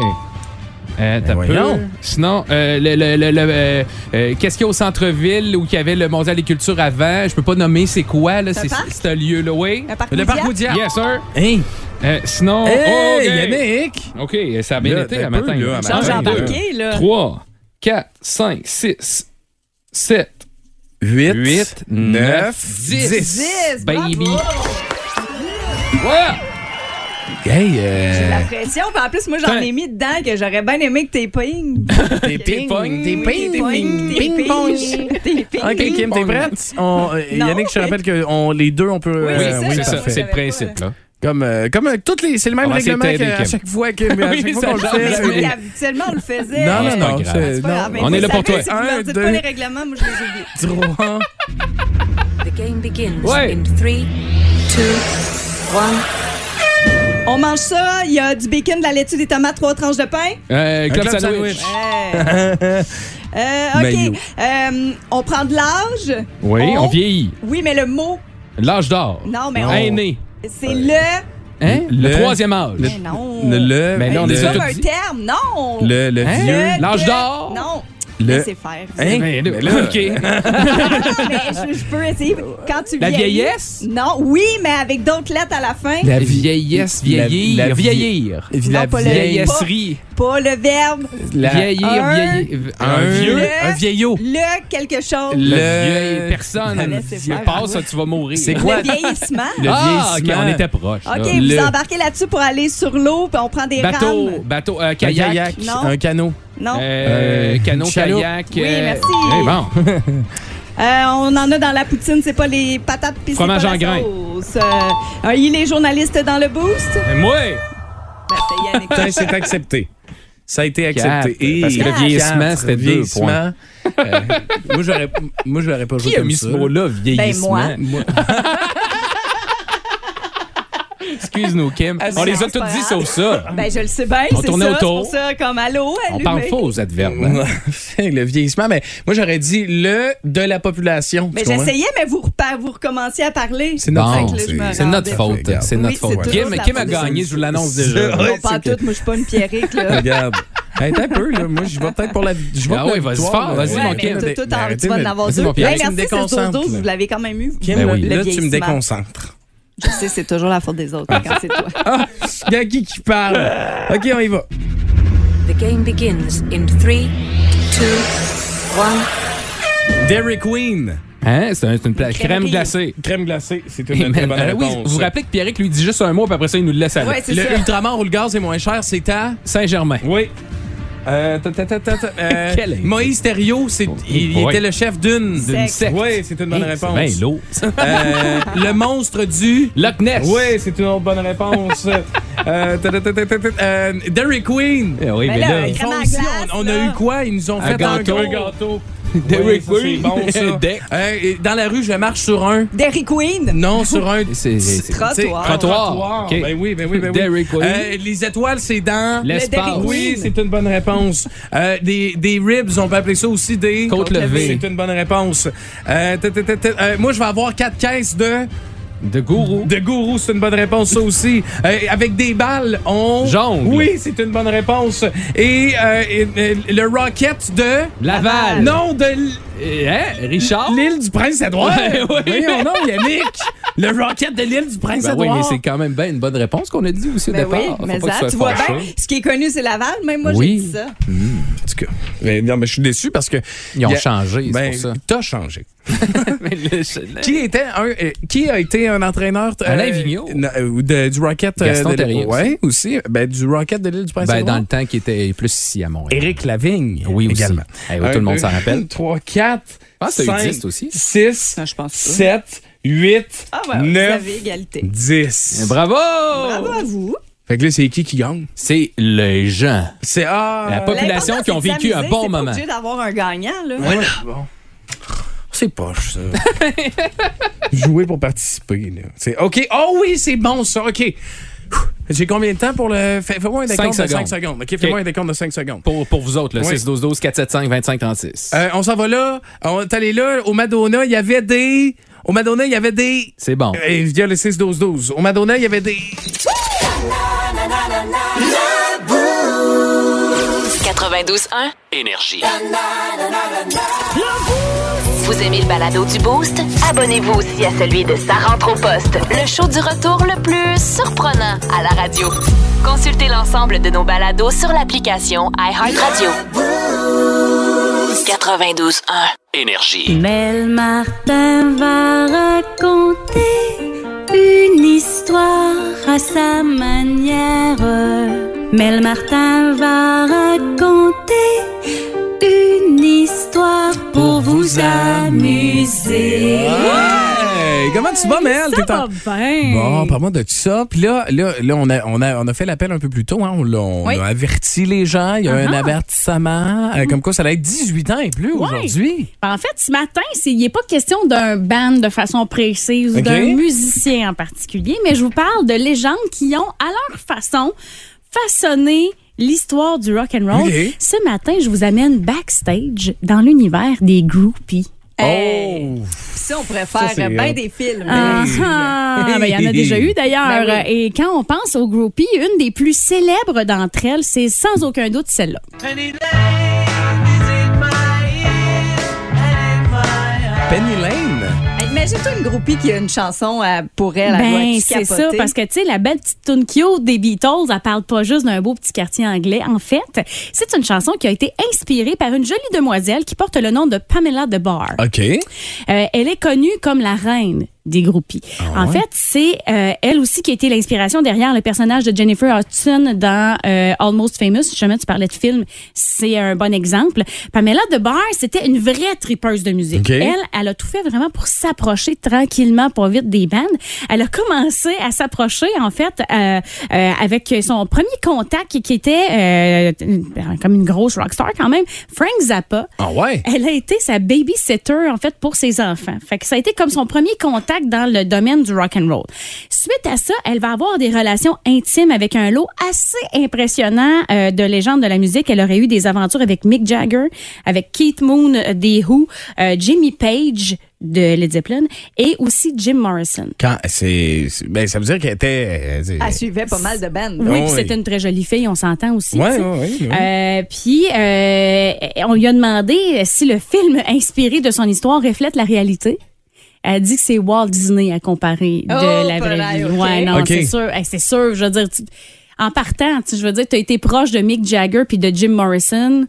Speaker 5: Euh, t'as
Speaker 4: Ben voyons.
Speaker 5: peu. Sinon, euh, le, le- le- le- euh, euh, qu'est-ce qu'il y a au centre-ville où il y avait le Mondial des cultures avant? Je peux pas nommer c'est quoi, là,
Speaker 6: C'est un
Speaker 5: c'est
Speaker 6: parc?
Speaker 5: c'est un lieu, là, oui.
Speaker 6: Un parc
Speaker 4: Le parc Moudia.
Speaker 5: Yes, sir.
Speaker 4: Hey,
Speaker 5: Euh, sinon,
Speaker 4: hey,
Speaker 5: OK.
Speaker 4: Yannick!
Speaker 5: OK, ça a bien
Speaker 4: Là,
Speaker 5: été
Speaker 4: t'as
Speaker 5: à
Speaker 4: peu,
Speaker 5: matin.
Speaker 4: là, à matin.
Speaker 6: Change
Speaker 4: Ah,
Speaker 6: en
Speaker 4: oui, oui.
Speaker 6: banquier, là.
Speaker 5: 3, 4, 5, 6, 7,
Speaker 4: 8,
Speaker 5: 8, 9, 10.
Speaker 6: 10.
Speaker 5: Baby.
Speaker 6: bravo.
Speaker 5: Voilà!
Speaker 4: Hey,
Speaker 6: J'ai de
Speaker 4: euh, ben,
Speaker 6: la pression. Puis en plus, moi, j'en ai mis dedans que j'aurais bien aimé que t'es ping.
Speaker 4: t'es ping,
Speaker 5: pong.
Speaker 4: t'es ping, ping,
Speaker 6: T'es
Speaker 4: ping, pong.
Speaker 6: ping. T'es ping.
Speaker 4: Ok, Kim, t'es prête? On- euh,
Speaker 6: Non.
Speaker 4: Yannick, je te rappelle que on- les deux, on peut.
Speaker 6: Oui,
Speaker 4: euh,
Speaker 6: c'est ça,
Speaker 5: C'est ça,
Speaker 6: parfait.
Speaker 5: c'est le principe, là.
Speaker 4: Comme, euh, comme euh, toutes les. C'est le même
Speaker 5: On va essayer de
Speaker 4: règlement
Speaker 5: t'aider,
Speaker 4: qu'à
Speaker 5: Kim.
Speaker 4: chaque fois que- à
Speaker 5: Oui,
Speaker 4: chaque fois qu'on
Speaker 5: ça
Speaker 4: le fait.
Speaker 5: change.
Speaker 4: c'est-
Speaker 6: Mais habituellement, on le faisait.
Speaker 4: ben, Non, non,
Speaker 5: c'est pas
Speaker 4: non.
Speaker 5: grave.
Speaker 4: c'est-
Speaker 6: C'est pas grave, mais
Speaker 4: non.
Speaker 5: On est
Speaker 6: vous
Speaker 5: là
Speaker 6: savez,
Speaker 5: pour toi.
Speaker 6: Si vous ne
Speaker 4: Un,
Speaker 6: dites
Speaker 4: deux.
Speaker 6: pas les règlements, moi, je les oublie.
Speaker 4: Trois.
Speaker 8: The game begins
Speaker 5: Ouais.
Speaker 8: in three, two, one.
Speaker 6: On mange ça, il y a du bacon, de la laitue, des tomates, trois tranches de pain.
Speaker 5: Euh, club,
Speaker 4: club
Speaker 5: sandwich.
Speaker 4: sandwich.
Speaker 6: Hey. Euh,
Speaker 4: Mayo.
Speaker 6: OK. Euh, on prend de l'âge. Oh.
Speaker 5: Oui,
Speaker 4: Oh.
Speaker 5: on vieillit.
Speaker 6: Oui, mais le mot,
Speaker 5: L'âge d'or.
Speaker 6: Non, mais on-
Speaker 5: Aîné.
Speaker 6: c'est le.
Speaker 5: Hein? Le,
Speaker 4: Le-
Speaker 5: troisième âge.
Speaker 6: Mais non.
Speaker 4: Le. le
Speaker 5: Mais là, on
Speaker 6: C'est
Speaker 5: les a
Speaker 6: comme
Speaker 5: tous
Speaker 6: un
Speaker 5: dit.
Speaker 6: terme, non.
Speaker 4: Le. Le.
Speaker 5: Hein?
Speaker 4: vieux.
Speaker 6: Le-
Speaker 5: L'âge
Speaker 6: le-
Speaker 5: d'or.
Speaker 6: Non.
Speaker 4: Le-
Speaker 6: Laissez faire.
Speaker 4: Hein?
Speaker 5: Mais là-
Speaker 4: Mais là- euh,
Speaker 5: OK.
Speaker 6: Ah, mais je, je peux essayer. Quand tu
Speaker 5: La
Speaker 6: vieillis-
Speaker 5: vieillesse?
Speaker 6: Non, oui, mais avec d'autres lettres à la fin.
Speaker 5: La vieillesse, vieillir.
Speaker 4: la vie-
Speaker 5: vieillir.
Speaker 6: Non, pas le-
Speaker 5: Vieillasserie.
Speaker 6: Pas le verbe.
Speaker 4: La-
Speaker 5: Vieillir,
Speaker 6: Un-
Speaker 5: vieillir. Un
Speaker 4: Le-
Speaker 5: vieux.
Speaker 6: Le-
Speaker 5: Un vieillot.
Speaker 6: Le quelque chose.
Speaker 5: Le
Speaker 4: Le-
Speaker 5: vieil personne.
Speaker 6: Mais c'est
Speaker 5: Tu
Speaker 6: pas
Speaker 5: passes,
Speaker 6: grave.
Speaker 5: tu vas mourir.
Speaker 4: C'est quoi?
Speaker 6: Le vieillissement.
Speaker 4: Le
Speaker 5: ah, ok,
Speaker 4: vieillissement.
Speaker 5: on était proche.
Speaker 6: OK,
Speaker 5: là.
Speaker 6: vous
Speaker 4: le-
Speaker 6: embarquez là-dessus pour aller sur l'eau, puis on prend des
Speaker 5: Bateau,
Speaker 6: rames.
Speaker 5: bateau, euh,
Speaker 4: Un
Speaker 5: kayak.
Speaker 4: kayak.
Speaker 6: Non.
Speaker 4: Un canot.
Speaker 6: Non.
Speaker 5: Euh,
Speaker 4: Euh,
Speaker 5: canot,
Speaker 4: chaloupe.
Speaker 5: kayak.
Speaker 6: Ah. Oui,
Speaker 5: euh,
Speaker 6: merci.
Speaker 5: eh, bon.
Speaker 6: Euh, on en a dans la poutine, c'est pas les patates pis c'est
Speaker 5: Fromage
Speaker 6: pas
Speaker 5: en
Speaker 6: la
Speaker 5: grain.
Speaker 6: sauce. Euh, un il est journaliste dans le boost.
Speaker 5: Mais Euh, moi,
Speaker 6: Ben, c'est Yannick.
Speaker 4: Putain, c'est accepté. Ça a été accepté.
Speaker 5: Quatre. Parce que le vieillissement,
Speaker 4: Quatre.
Speaker 5: c'était deux
Speaker 4: Vieillissement. Euh, moi, j'aurais, moi, j'aurais pas joué
Speaker 5: qui a
Speaker 4: comme
Speaker 5: mis ce
Speaker 4: ça.
Speaker 5: mot-là, vieillissement?
Speaker 6: Ben, moi.
Speaker 4: Moi-
Speaker 5: Excuse-nous, Kim. on les a
Speaker 6: c'est
Speaker 5: tous
Speaker 6: pas
Speaker 5: dit
Speaker 6: grave.
Speaker 5: sauf ça.
Speaker 6: ben, je le sais bien,
Speaker 5: On
Speaker 6: c'est
Speaker 5: tournait
Speaker 6: ça, c'est
Speaker 5: autour.
Speaker 6: pour ça, comme allô,
Speaker 5: On
Speaker 6: allumé.
Speaker 5: parle pas aux adverbes. hein.
Speaker 4: le vieillissement, mais moi, j'aurais dit le de la population.
Speaker 6: Mais
Speaker 4: Tu comprends?
Speaker 6: Ben, j'essayais, mais vous, repa- vous recommenciez à parler.
Speaker 4: C'est notre
Speaker 5: Bon,
Speaker 6: Fait que là, je me
Speaker 5: C'est notre
Speaker 6: rendais-
Speaker 5: faute. C'est
Speaker 6: Oui,
Speaker 5: notre faute.
Speaker 6: c'est
Speaker 5: Kim,
Speaker 6: toujours la
Speaker 5: Kim a
Speaker 6: faute.
Speaker 5: gagné, je vous l'annonce déjà.
Speaker 4: Ouais,
Speaker 6: Non, pas
Speaker 4: c'est
Speaker 6: toutes, moi, je suis pas une Pierrick, là.
Speaker 4: Regarde. Hey, t'as un peu, là. Moi, je vais peut-être pour la vie. Je vais
Speaker 5: Ah
Speaker 4: pour la
Speaker 5: ouais, vas-y
Speaker 4: victoire,
Speaker 5: fort,
Speaker 4: là.
Speaker 5: vas-y,
Speaker 6: Ouais,
Speaker 5: mon
Speaker 6: mais
Speaker 5: Kim.
Speaker 6: tout- tout en-
Speaker 4: Ben,
Speaker 6: tu
Speaker 4: Arrêtez
Speaker 6: vas
Speaker 4: de-
Speaker 6: en avoir
Speaker 5: Vas-y,
Speaker 6: deux.
Speaker 5: mon Pierre,
Speaker 6: Hey,
Speaker 4: tu me
Speaker 6: Merci, c'est
Speaker 4: déconcentres,
Speaker 6: Zozo,
Speaker 4: là.
Speaker 6: vous l'avez quand même eu.
Speaker 4: Kim,
Speaker 5: Ben
Speaker 4: là,
Speaker 5: oui.
Speaker 6: Le
Speaker 4: là, tu me
Speaker 6: vieillissement.
Speaker 4: déconcentres. Ah.
Speaker 6: Je sais, c'est toujours la faute des autres hein, quand c'est toi.
Speaker 4: Il y a qui qui parle? OK, on y va.
Speaker 8: The game begins in three, two, one.
Speaker 4: Dairy Queen.
Speaker 5: Hein? C'est un- c'est une pla- crème
Speaker 6: Crème
Speaker 5: glacée.
Speaker 4: Crème glacée, c'est
Speaker 5: Eh,
Speaker 4: une très
Speaker 5: man,
Speaker 4: bonne
Speaker 5: euh, oui,
Speaker 4: réponse.
Speaker 5: vous vous rappelez que Pierrick lui dit juste un mot, puis après ça, il nous le laisse aller.
Speaker 6: Ouais, c'est
Speaker 4: le
Speaker 6: ça.
Speaker 4: Ultramar roule gaz est moins cher, c'est à...
Speaker 5: Saint-Germain.
Speaker 4: Oui. Euh, ta, ta, ta, ta, ta, euh,
Speaker 5: Quel est-
Speaker 4: Moïse Thériault, c'est- il, il
Speaker 5: Oui.
Speaker 4: était le chef d'une.
Speaker 6: D'une
Speaker 5: secte.
Speaker 4: Oui, c'est une bonne
Speaker 5: Hey,
Speaker 4: réponse.
Speaker 5: C'est bien lourd.
Speaker 4: Euh, le monstre du.
Speaker 5: Loch Ness.
Speaker 4: Oui, c'est une autre bonne réponse. euh, ta, ta, ta, ta, ta, ta, euh, Dairy Queen.
Speaker 5: Eh oui, mais,
Speaker 6: Mais
Speaker 5: là,
Speaker 6: Ben là,
Speaker 4: Ils
Speaker 6: crème
Speaker 4: font
Speaker 6: à
Speaker 4: aussi,
Speaker 6: glace,
Speaker 4: on, on a
Speaker 6: là.
Speaker 4: eu quoi? Ils nous ont
Speaker 5: Un
Speaker 4: fait
Speaker 5: gâteau.
Speaker 4: un gâteau.
Speaker 5: Dairy
Speaker 4: ça, c'est
Speaker 5: Queen.
Speaker 4: bon, ça.
Speaker 5: Deck.
Speaker 4: Euh, et dans la rue, je marche sur un.
Speaker 6: Derry Queen.
Speaker 4: Non, sur un.
Speaker 5: C'est- c'est-
Speaker 4: Tu sais,
Speaker 6: Trottoir.
Speaker 4: un
Speaker 5: Trottoir, ok.
Speaker 4: Ben oui, ben oui, ben oui.
Speaker 5: Dairy Queen.
Speaker 4: Euh, les étoiles, c'est dans.
Speaker 5: l'espace.
Speaker 6: Derry
Speaker 4: Ah Oui,
Speaker 6: Queen.
Speaker 4: c'est une bonne réponse. Euh, des, des ribs, on peut appeler ça aussi des.
Speaker 5: Côte levée.
Speaker 4: C'est une bonne réponse. Euh, t- t- t- t- euh, moi, je vais avoir quatre caisses de.
Speaker 5: De gourou.
Speaker 4: De gourou, c'est une bonne réponse, ça aussi. Euh, avec des balles, on.
Speaker 5: Jongle.
Speaker 4: Oui, c'est une bonne réponse. Et, euh, et, euh, le rocket de.
Speaker 5: Laval.
Speaker 4: Non, de l-
Speaker 5: Eh, Hein? Richard.
Speaker 4: l'île du Prince-Édouard.
Speaker 5: Ouais, oui.
Speaker 4: Voyons donc, Yannick. Le rocket de l'île du
Speaker 5: Ben
Speaker 4: Prince-Édouard.
Speaker 5: oui, mais c'est quand même bien une bonne réponse qu'on a dit aussi au
Speaker 6: Ben
Speaker 5: départ.
Speaker 6: oui,
Speaker 5: Faut
Speaker 6: mais
Speaker 5: pas que
Speaker 6: ça,
Speaker 5: sois
Speaker 6: tu vois
Speaker 5: fâché.
Speaker 6: bien, ce qui est connu, c'est Laval. Même moi,
Speaker 5: Oui.
Speaker 6: j'ai dit ça.
Speaker 4: En tout cas, mais non, mais je suis déçu parce que.
Speaker 5: Ils ont
Speaker 4: y a-
Speaker 5: changé, c'est
Speaker 4: Ben,
Speaker 5: pour ça.
Speaker 4: t'as changé.
Speaker 5: Mais le-
Speaker 4: Qui était un, euh, qui a été un entraîneur euh,
Speaker 5: Alain Vigneault.
Speaker 4: non, euh, de- du Rocket de
Speaker 5: Gaston
Speaker 4: l'île-
Speaker 5: Terrien
Speaker 4: ouais, aussi, ben, du Rocket de l'île du Prince.
Speaker 5: Ben, dans le temps qui était plus ici à Montréal.
Speaker 4: Éric Lavigne
Speaker 5: Oui, aussi.
Speaker 4: également.
Speaker 5: Eh oui, tout le monde s'en rappelle.
Speaker 4: 3 4
Speaker 5: Ah, ça existe
Speaker 4: 5
Speaker 5: aussi.
Speaker 4: 6
Speaker 6: Non, je pense pas.
Speaker 4: 7 8
Speaker 6: Ah, ouais, vous
Speaker 4: 9
Speaker 6: avez égalité.
Speaker 4: 10.
Speaker 5: Bravo!
Speaker 6: Bravo à vous.
Speaker 4: Fait que là c'est qui qui gagne
Speaker 5: C'est les gens.
Speaker 4: C'est ah
Speaker 5: La pop- Population
Speaker 6: L'important,
Speaker 5: qui ont
Speaker 6: c'est de
Speaker 5: vécu un
Speaker 6: s'amuser,
Speaker 5: bon
Speaker 6: c'est pas
Speaker 5: moment.
Speaker 6: obligé d'avoir un gagnant, là.
Speaker 4: Ouais, bon. C'est poche ça. Jouer pour participer là. C'est OK. Oh oui, c'est bon ça. OK. J'ai combien de temps pour le fais- Fais-moi un décompte
Speaker 5: Cinq
Speaker 4: de 5
Speaker 5: secondes.
Speaker 4: secondes. OK, fais-moi un décompte de 5 secondes.
Speaker 5: Pour, pour vous autres, le
Speaker 4: Oui.
Speaker 5: 6-12-12, 4-7-5-25-36.
Speaker 4: Euh, on s'en va là. On est allé là. Au Madonna, il y avait des. Au Madonna, il y avait des.
Speaker 5: C'est bon.
Speaker 4: Et via le 6-12-12. Au Madonna, il y avait des.
Speaker 1: 92.1.
Speaker 2: Énergie.
Speaker 1: Vous aimez le balado du Boost? Abonnez-vous aussi à celui de Sa rentre au poste, le show du retour le plus surprenant à la radio. Consultez l'ensemble de nos balados sur l'application iHeartRadio. 92.1.
Speaker 2: Énergie.
Speaker 9: Mel Martin va raconter une histoire à sa manière. Mel Martin va raconter une histoire pour vous amuser.
Speaker 4: Ouais! Hey, comment tu vas, Mel?
Speaker 10: Ça
Speaker 4: T'es en-
Speaker 10: va bien.
Speaker 4: Bon, parle-moi de tout ça. Puis là, là, là on, a, on, a, on a fait l'appel un peu plus tôt. Hein. On, l'a- on
Speaker 6: Oui.
Speaker 4: a averti les gens. Il y a eu un
Speaker 10: Ah.
Speaker 4: avertissement. euh, comme quoi, ça allait être 18 ans et plus
Speaker 10: Ouais.
Speaker 4: aujourd'hui.
Speaker 10: En fait, ce matin, c'est- il n'est pas question d'un band de façon précise ou
Speaker 4: Ok.
Speaker 10: d'un musicien en particulier, mais je vous parle de légendes qui ont, à leur façon, façonné l'histoire du rock and roll.
Speaker 4: Ok.
Speaker 10: Ce matin, je vous amène backstage dans l'univers des groupies.
Speaker 6: Hey,
Speaker 4: Oh!
Speaker 6: ça, on pourrait faire
Speaker 4: c'est,
Speaker 6: bien
Speaker 4: euh,
Speaker 6: des films.
Speaker 10: Ah, ah, ben, Il y en a déjà eu d'ailleurs.
Speaker 6: Ben
Speaker 10: Et quand on pense aux groupies, une des plus célèbres d'entre elles, c'est sans aucun doute celle-là.
Speaker 4: Penny Lane.
Speaker 6: Hey, Imagine-toi une groupie qui a une chanson euh, pour elle. elle doit
Speaker 10: Ben,
Speaker 6: être
Speaker 10: c'est ça,
Speaker 6: capotée.
Speaker 10: parce que, tu sais, la belle petite tune cute des Beatles, elle parle pas juste d'un beau petit quartier anglais. En fait, c'est une chanson qui a été inspirée par une jolie demoiselle qui porte le nom de Pamela de Bar.
Speaker 4: OK.
Speaker 10: Euh, elle est connue comme la reine des groupies.
Speaker 4: Ah
Speaker 10: en fait, c'est euh, elle aussi qui a été l'inspiration derrière le personnage de Jennifer Hudson dans euh, Almost Famous. Justement, tu parlais de film, c'est un bon exemple. Pamela de Bar, c'était une vraie tripeuse de musique.
Speaker 4: OK.
Speaker 10: Elle, elle a tout fait vraiment pour s'approcher tranquillement, pas vite des bandes. Elle a commencé à s'approcher, en fait, euh, euh, avec son premier contact qui, qui était euh, comme une grosse rockstar quand même, Frank Zappa.
Speaker 4: Ah ouais?
Speaker 10: Elle a été sa babysitter en fait pour ses enfants. Fait que ça a été comme son premier contact dans le domaine du rock and roll. Suite à ça, elle va avoir des relations intimes avec un lot assez impressionnant euh, de légendes de la musique. Elle aurait eu des aventures avec Mick Jagger, avec Keith Moon euh, des Who, euh, Jimmy Page de Led Zeppelin et aussi Jim Morrison.
Speaker 4: Quand c'est. c'est- Ben, ça veut dire qu'elle était. euh, c'est-
Speaker 6: Elle suivait pas mal de bandes.
Speaker 10: Oui,
Speaker 4: Oh,
Speaker 10: puis
Speaker 4: oui.
Speaker 10: c'était une très jolie fille, on s'entend aussi.
Speaker 4: Ouais,
Speaker 10: tu sais.
Speaker 4: ouais, ouais, ouais.
Speaker 10: Euh, puis euh, on lui a demandé si le film inspiré de son histoire reflète la réalité. Elle dit que c'est Walt Disney à comparer de
Speaker 6: Oh,
Speaker 10: la vraie
Speaker 6: pareil,
Speaker 10: vie.
Speaker 6: ok.
Speaker 10: Ouais, non,
Speaker 4: Ok.
Speaker 10: c'est sûr, Hey, c'est sûr. Je veux dire, tu- en partant, tu- je veux dire, tu as été proche de Mick Jagger puis de Jim Morrison.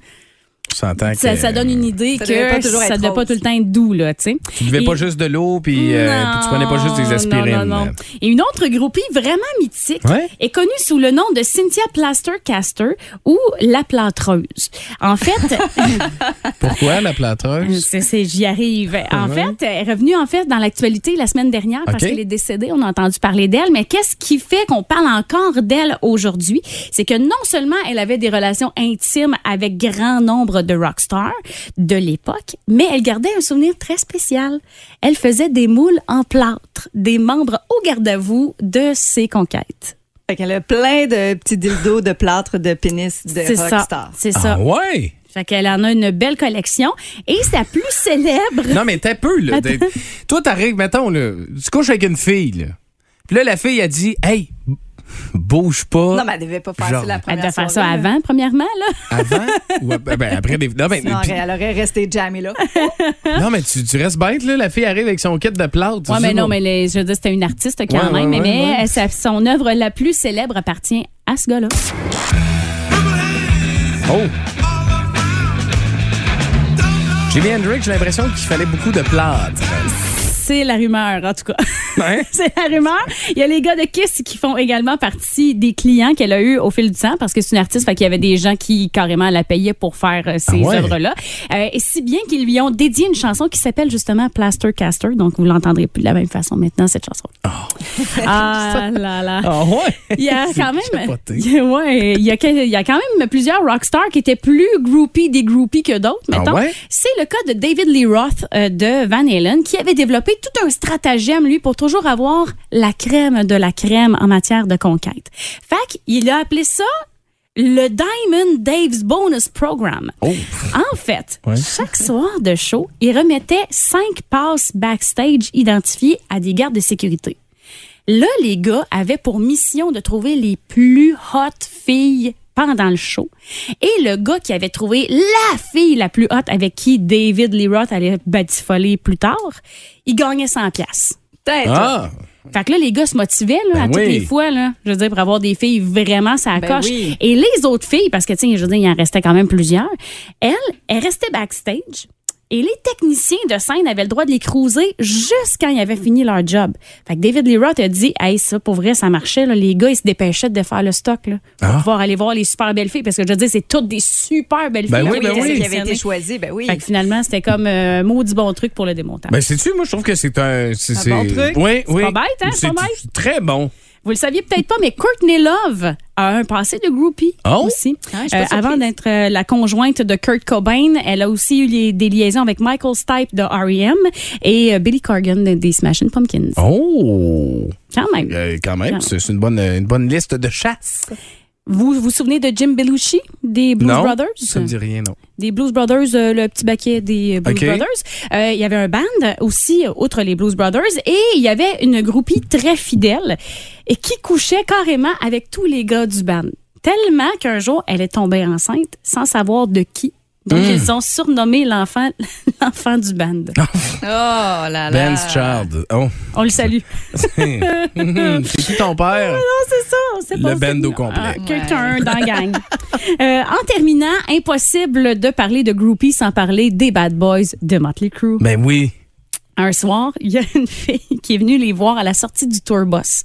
Speaker 4: On s'entend que.
Speaker 10: Ça, ça donne une idée
Speaker 6: Ça devait pas
Speaker 10: que
Speaker 6: toujours
Speaker 10: ça
Speaker 6: être
Speaker 10: devait pas
Speaker 6: rose.
Speaker 10: tout le temps être doux là, tu sais.
Speaker 4: Tu buvais pas
Speaker 10: Et-
Speaker 4: juste de l'eau, puis euh, puis tu prenais pas juste des aspirines.
Speaker 10: non, non, non. Et une autre groupie vraiment mythique
Speaker 4: Ouais.
Speaker 10: est connue sous le nom de Cynthia Plastercaster ou La Plâtreuse. En fait,
Speaker 4: Pourquoi la plâtreuse?
Speaker 10: c'est- c'est- j'y arrive. En
Speaker 4: Ah Ouais.
Speaker 10: fait, elle est revenue en fait dans l'actualité la semaine dernière parce
Speaker 4: OK.
Speaker 10: qu'elle est décédée. On a entendu parler d'elle, mais qu'est-ce qui fait qu'on parle encore d'elle aujourd'hui C'est que non seulement elle avait des relations intimes avec grand nombre de rockstars de l'époque, mais elle gardait un souvenir très spécial. Elle faisait des moules en plâtre, des membres au garde-à-vous de ses conquêtes.
Speaker 6: Fait qu'elle a plein de petits dildos de plâtre de pénis de
Speaker 10: C'est ça.
Speaker 6: rockstar.
Speaker 10: C'est ça.
Speaker 4: Ah ouais?
Speaker 10: Fait qu'elle en a une belle collection et sa plus célèbre
Speaker 4: Non, mais t'es peu, là. T'es- Toi, t'arrives, mettons, là, tu couches avec une fille, là. Puis là, la fille, elle dit, hey, b- bouge pas.
Speaker 6: Non, mais elle devait pas faire
Speaker 4: Genre.
Speaker 6: ça la
Speaker 10: Elle
Speaker 6: première
Speaker 10: devait faire ça
Speaker 6: soirée, là.
Speaker 10: avant, premièrement, là.
Speaker 4: Avant ou ap- ben, après des. Non, mais,
Speaker 6: Sinon,
Speaker 4: puis-
Speaker 6: elle aurait resté jammée là.
Speaker 4: non, mais tu, tu restes bête, là. La fille arrive avec son kit de plâtre. Tu
Speaker 10: Ouais,
Speaker 4: dis, oh.
Speaker 10: mais non, mais les- je veux dire, c'était une artiste quand
Speaker 4: Ouais,
Speaker 10: même,
Speaker 4: ouais,
Speaker 10: mais,
Speaker 4: ouais,
Speaker 10: mais sa- son œuvre la plus célèbre appartient à ce gars-là.
Speaker 4: Oh! Jimi Hendrix, j'ai l'impression qu'il fallait beaucoup de plâtre.
Speaker 10: C'est la rumeur, en tout cas.
Speaker 4: Hein?
Speaker 10: c'est la rumeur. Il y a les gars de Kiss qui font également partie des clients qu'elle a eu au fil du temps parce que c'est une artiste, fait qu'il y avait des gens qui carrément la payaient pour faire euh, ces
Speaker 4: Ah ouais?
Speaker 10: œuvres-là. Euh, et si bien qu'ils lui ont dédié une chanson qui s'appelle justement Plaster Caster, donc vous l'entendrez plus de la même façon maintenant cette chanson. Ah là là.
Speaker 4: Ah ouais?
Speaker 10: Il y a
Speaker 4: C'est
Speaker 10: quand même,
Speaker 4: capoté.
Speaker 10: il y a- ouais, il y a, que- il y a quand même plusieurs rockstars qui étaient plus groupies des groupies que d'autres.
Speaker 4: Ah
Speaker 10: Mettons,
Speaker 4: ouais?
Speaker 10: c'est le cas de David Lee Roth euh, de Van Halen qui avait développé tout un stratagème lui pour toujours avoir la crème de la crème en matière de conquête. Fait qu'il a appelé ça le Diamond Dave's Bonus Program.
Speaker 4: Oh!
Speaker 10: En fait,
Speaker 4: Ouais.
Speaker 10: chaque soir de show, il remettait cinq passes backstage identifiées à des gardes de sécurité. Là, les gars avaient pour mission de trouver les plus hot filles pendant le show. Et le gars qui avait trouvé la fille la plus hot avec qui David Lee Roth allait batifoler plus tard, il gagnait 100 pièces.
Speaker 6: Peut-être.
Speaker 4: Ah!
Speaker 10: Fait que là, les gars se motivaient là, à
Speaker 4: Ben
Speaker 10: toutes
Speaker 4: oui.
Speaker 10: les fois, là, je veux dire, pour avoir des filles vraiment ça
Speaker 6: Ben
Speaker 10: coche.
Speaker 6: oui.
Speaker 10: Et les autres filles, parce que, tiens, je veux dire, il en restait quand même plusieurs, elles, elles restaient backstage. Et les techniciens de scène avaient le droit de les cruiser jusqu'à quand ils avaient fini leur job. Fait que David Lee Roth a dit Hey, ça, pour vrai, ça marchait. là. Les gars, ils se dépêchaient de faire le stock là, pour
Speaker 11: Ah.
Speaker 10: pouvoir aller voir les super belles filles. Parce que je veux dire, c'est toutes des super belles
Speaker 11: Ben
Speaker 10: filles.
Speaker 11: oui, ben oui.
Speaker 10: étaient
Speaker 6: Qui avait été
Speaker 10: sélectionnées.
Speaker 6: choisi, ben oui.
Speaker 10: Fait que finalement, c'était comme euh, maudit bon truc pour le démontage.
Speaker 11: Ben, sais-tu, moi, je trouve que c'est un. C'est
Speaker 6: Un bon
Speaker 11: c'est-
Speaker 6: truc.
Speaker 11: Oui, oui.
Speaker 10: pas bête, hein, c'est pas bête.
Speaker 11: c'est Très bon.
Speaker 10: Vous le saviez peut-être pas, mais Courtney Love a un passé de groupie
Speaker 11: Oh!
Speaker 10: aussi.
Speaker 6: Ah, je suis pas surprise.
Speaker 10: avant d'être euh, la conjointe de Kurt Cobain, elle a aussi eu les- des liaisons avec Michael Stipe de R.E.M. et euh, Billy Corgan de- des Smashing Pumpkins.
Speaker 11: Oh!
Speaker 10: Quand même.
Speaker 11: Euh, quand même,
Speaker 10: Quand
Speaker 11: c'est c'est une bonne, une bonne liste de chasse.
Speaker 10: Vous vous souvenez de Jim Belushi des Blues
Speaker 11: non?
Speaker 10: Brothers?
Speaker 11: Ça me dit rien, non.
Speaker 10: des Blues Brothers, euh, le petit baquet des Blues
Speaker 11: Ok.
Speaker 10: Brothers. Euh, Il y avait un band aussi, euh, outre les Blues Brothers, et il y avait une groupie très fidèle et qui couchait carrément avec tous les gars du band. Tellement qu'un jour, elle est tombée enceinte sans savoir de qui. Donc, ils ont surnommé l'enfant l'enfant du band.
Speaker 6: Oh là là.
Speaker 4: Ben-
Speaker 11: Ben's Child. Oh.
Speaker 10: On le salue.
Speaker 11: Hmm, c'est qui ton père?
Speaker 10: Non, Oh, c'est ça. on sait
Speaker 11: Le
Speaker 10: pas,
Speaker 11: band
Speaker 10: c'est-
Speaker 11: au complet.
Speaker 10: Ah, Quelqu'un dans la gang. Euh, en terminant, impossible de parler de groupies sans parler des Bad Boys de Motley Crue.
Speaker 11: Ben oui.
Speaker 10: Un soir, il y a une fille qui est venue les voir à la sortie du tour bus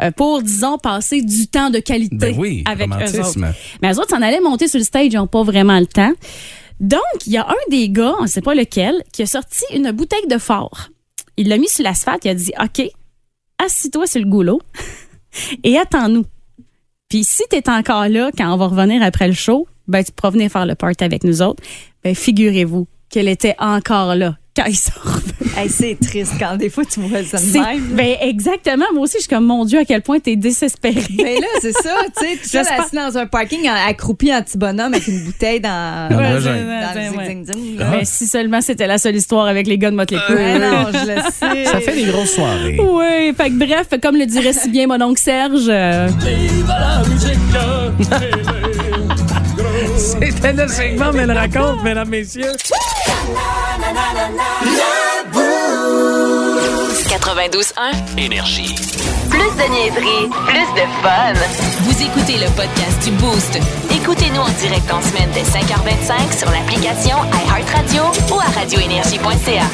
Speaker 10: euh, pour, disons, passer du temps de qualité
Speaker 11: Ben oui,
Speaker 10: avec eux autres.
Speaker 11: romantisme.
Speaker 10: Mais eux autres s'en allaient monter sur le stage, ils n'ont pas vraiment le temps. Donc, il y a un des gars, on ne sait pas lequel, qui a sorti une bouteille de fort. Il l'a mis sur l'asphalte, il a dit OK, assis-toi sur le goulot et attends-nous. Puis si tu es encore là quand on va revenir après le show, ben tu pourras venir faire le party avec nous autres. Ben figurez-vous qu'elle était encore là quand ils sont revenus.
Speaker 6: Hey, c'est triste quand des fois tu vois ça de
Speaker 10: C'est-
Speaker 6: même.
Speaker 10: Ben, exactement. Moi aussi, je suis comme, mon Dieu, à quel point t'es désespéré.
Speaker 6: Mais là, c'est ça, tu sais, tu
Speaker 10: J'espère-
Speaker 6: assis dans un parking en- accroupi en petit bonhomme avec une bouteille dans,
Speaker 11: Dans le
Speaker 6: dans,
Speaker 11: vagin.
Speaker 6: le
Speaker 10: Ouais.
Speaker 6: zing-zing-zing,
Speaker 11: Ah
Speaker 6: là.
Speaker 10: Ben, si seulement c'était la seule histoire avec les gars de Motley Crue.
Speaker 6: Ouais, non, je le sais.
Speaker 11: Ça fait des grosses soirées.
Speaker 10: Oui, fait que bref, comme le dirait si bien mon oncle Serge, euh,
Speaker 11: C'était le segment, mais le raconte, mesdames, messieurs.
Speaker 1: 92.1,
Speaker 2: Énergie.
Speaker 1: plus de niaiserie, plus de fun. Vous écoutez le podcast du Boost. Écoutez-nous en direct en semaine dès 5h25 sur l'application iHeartRadio ou à radioénergie.ca.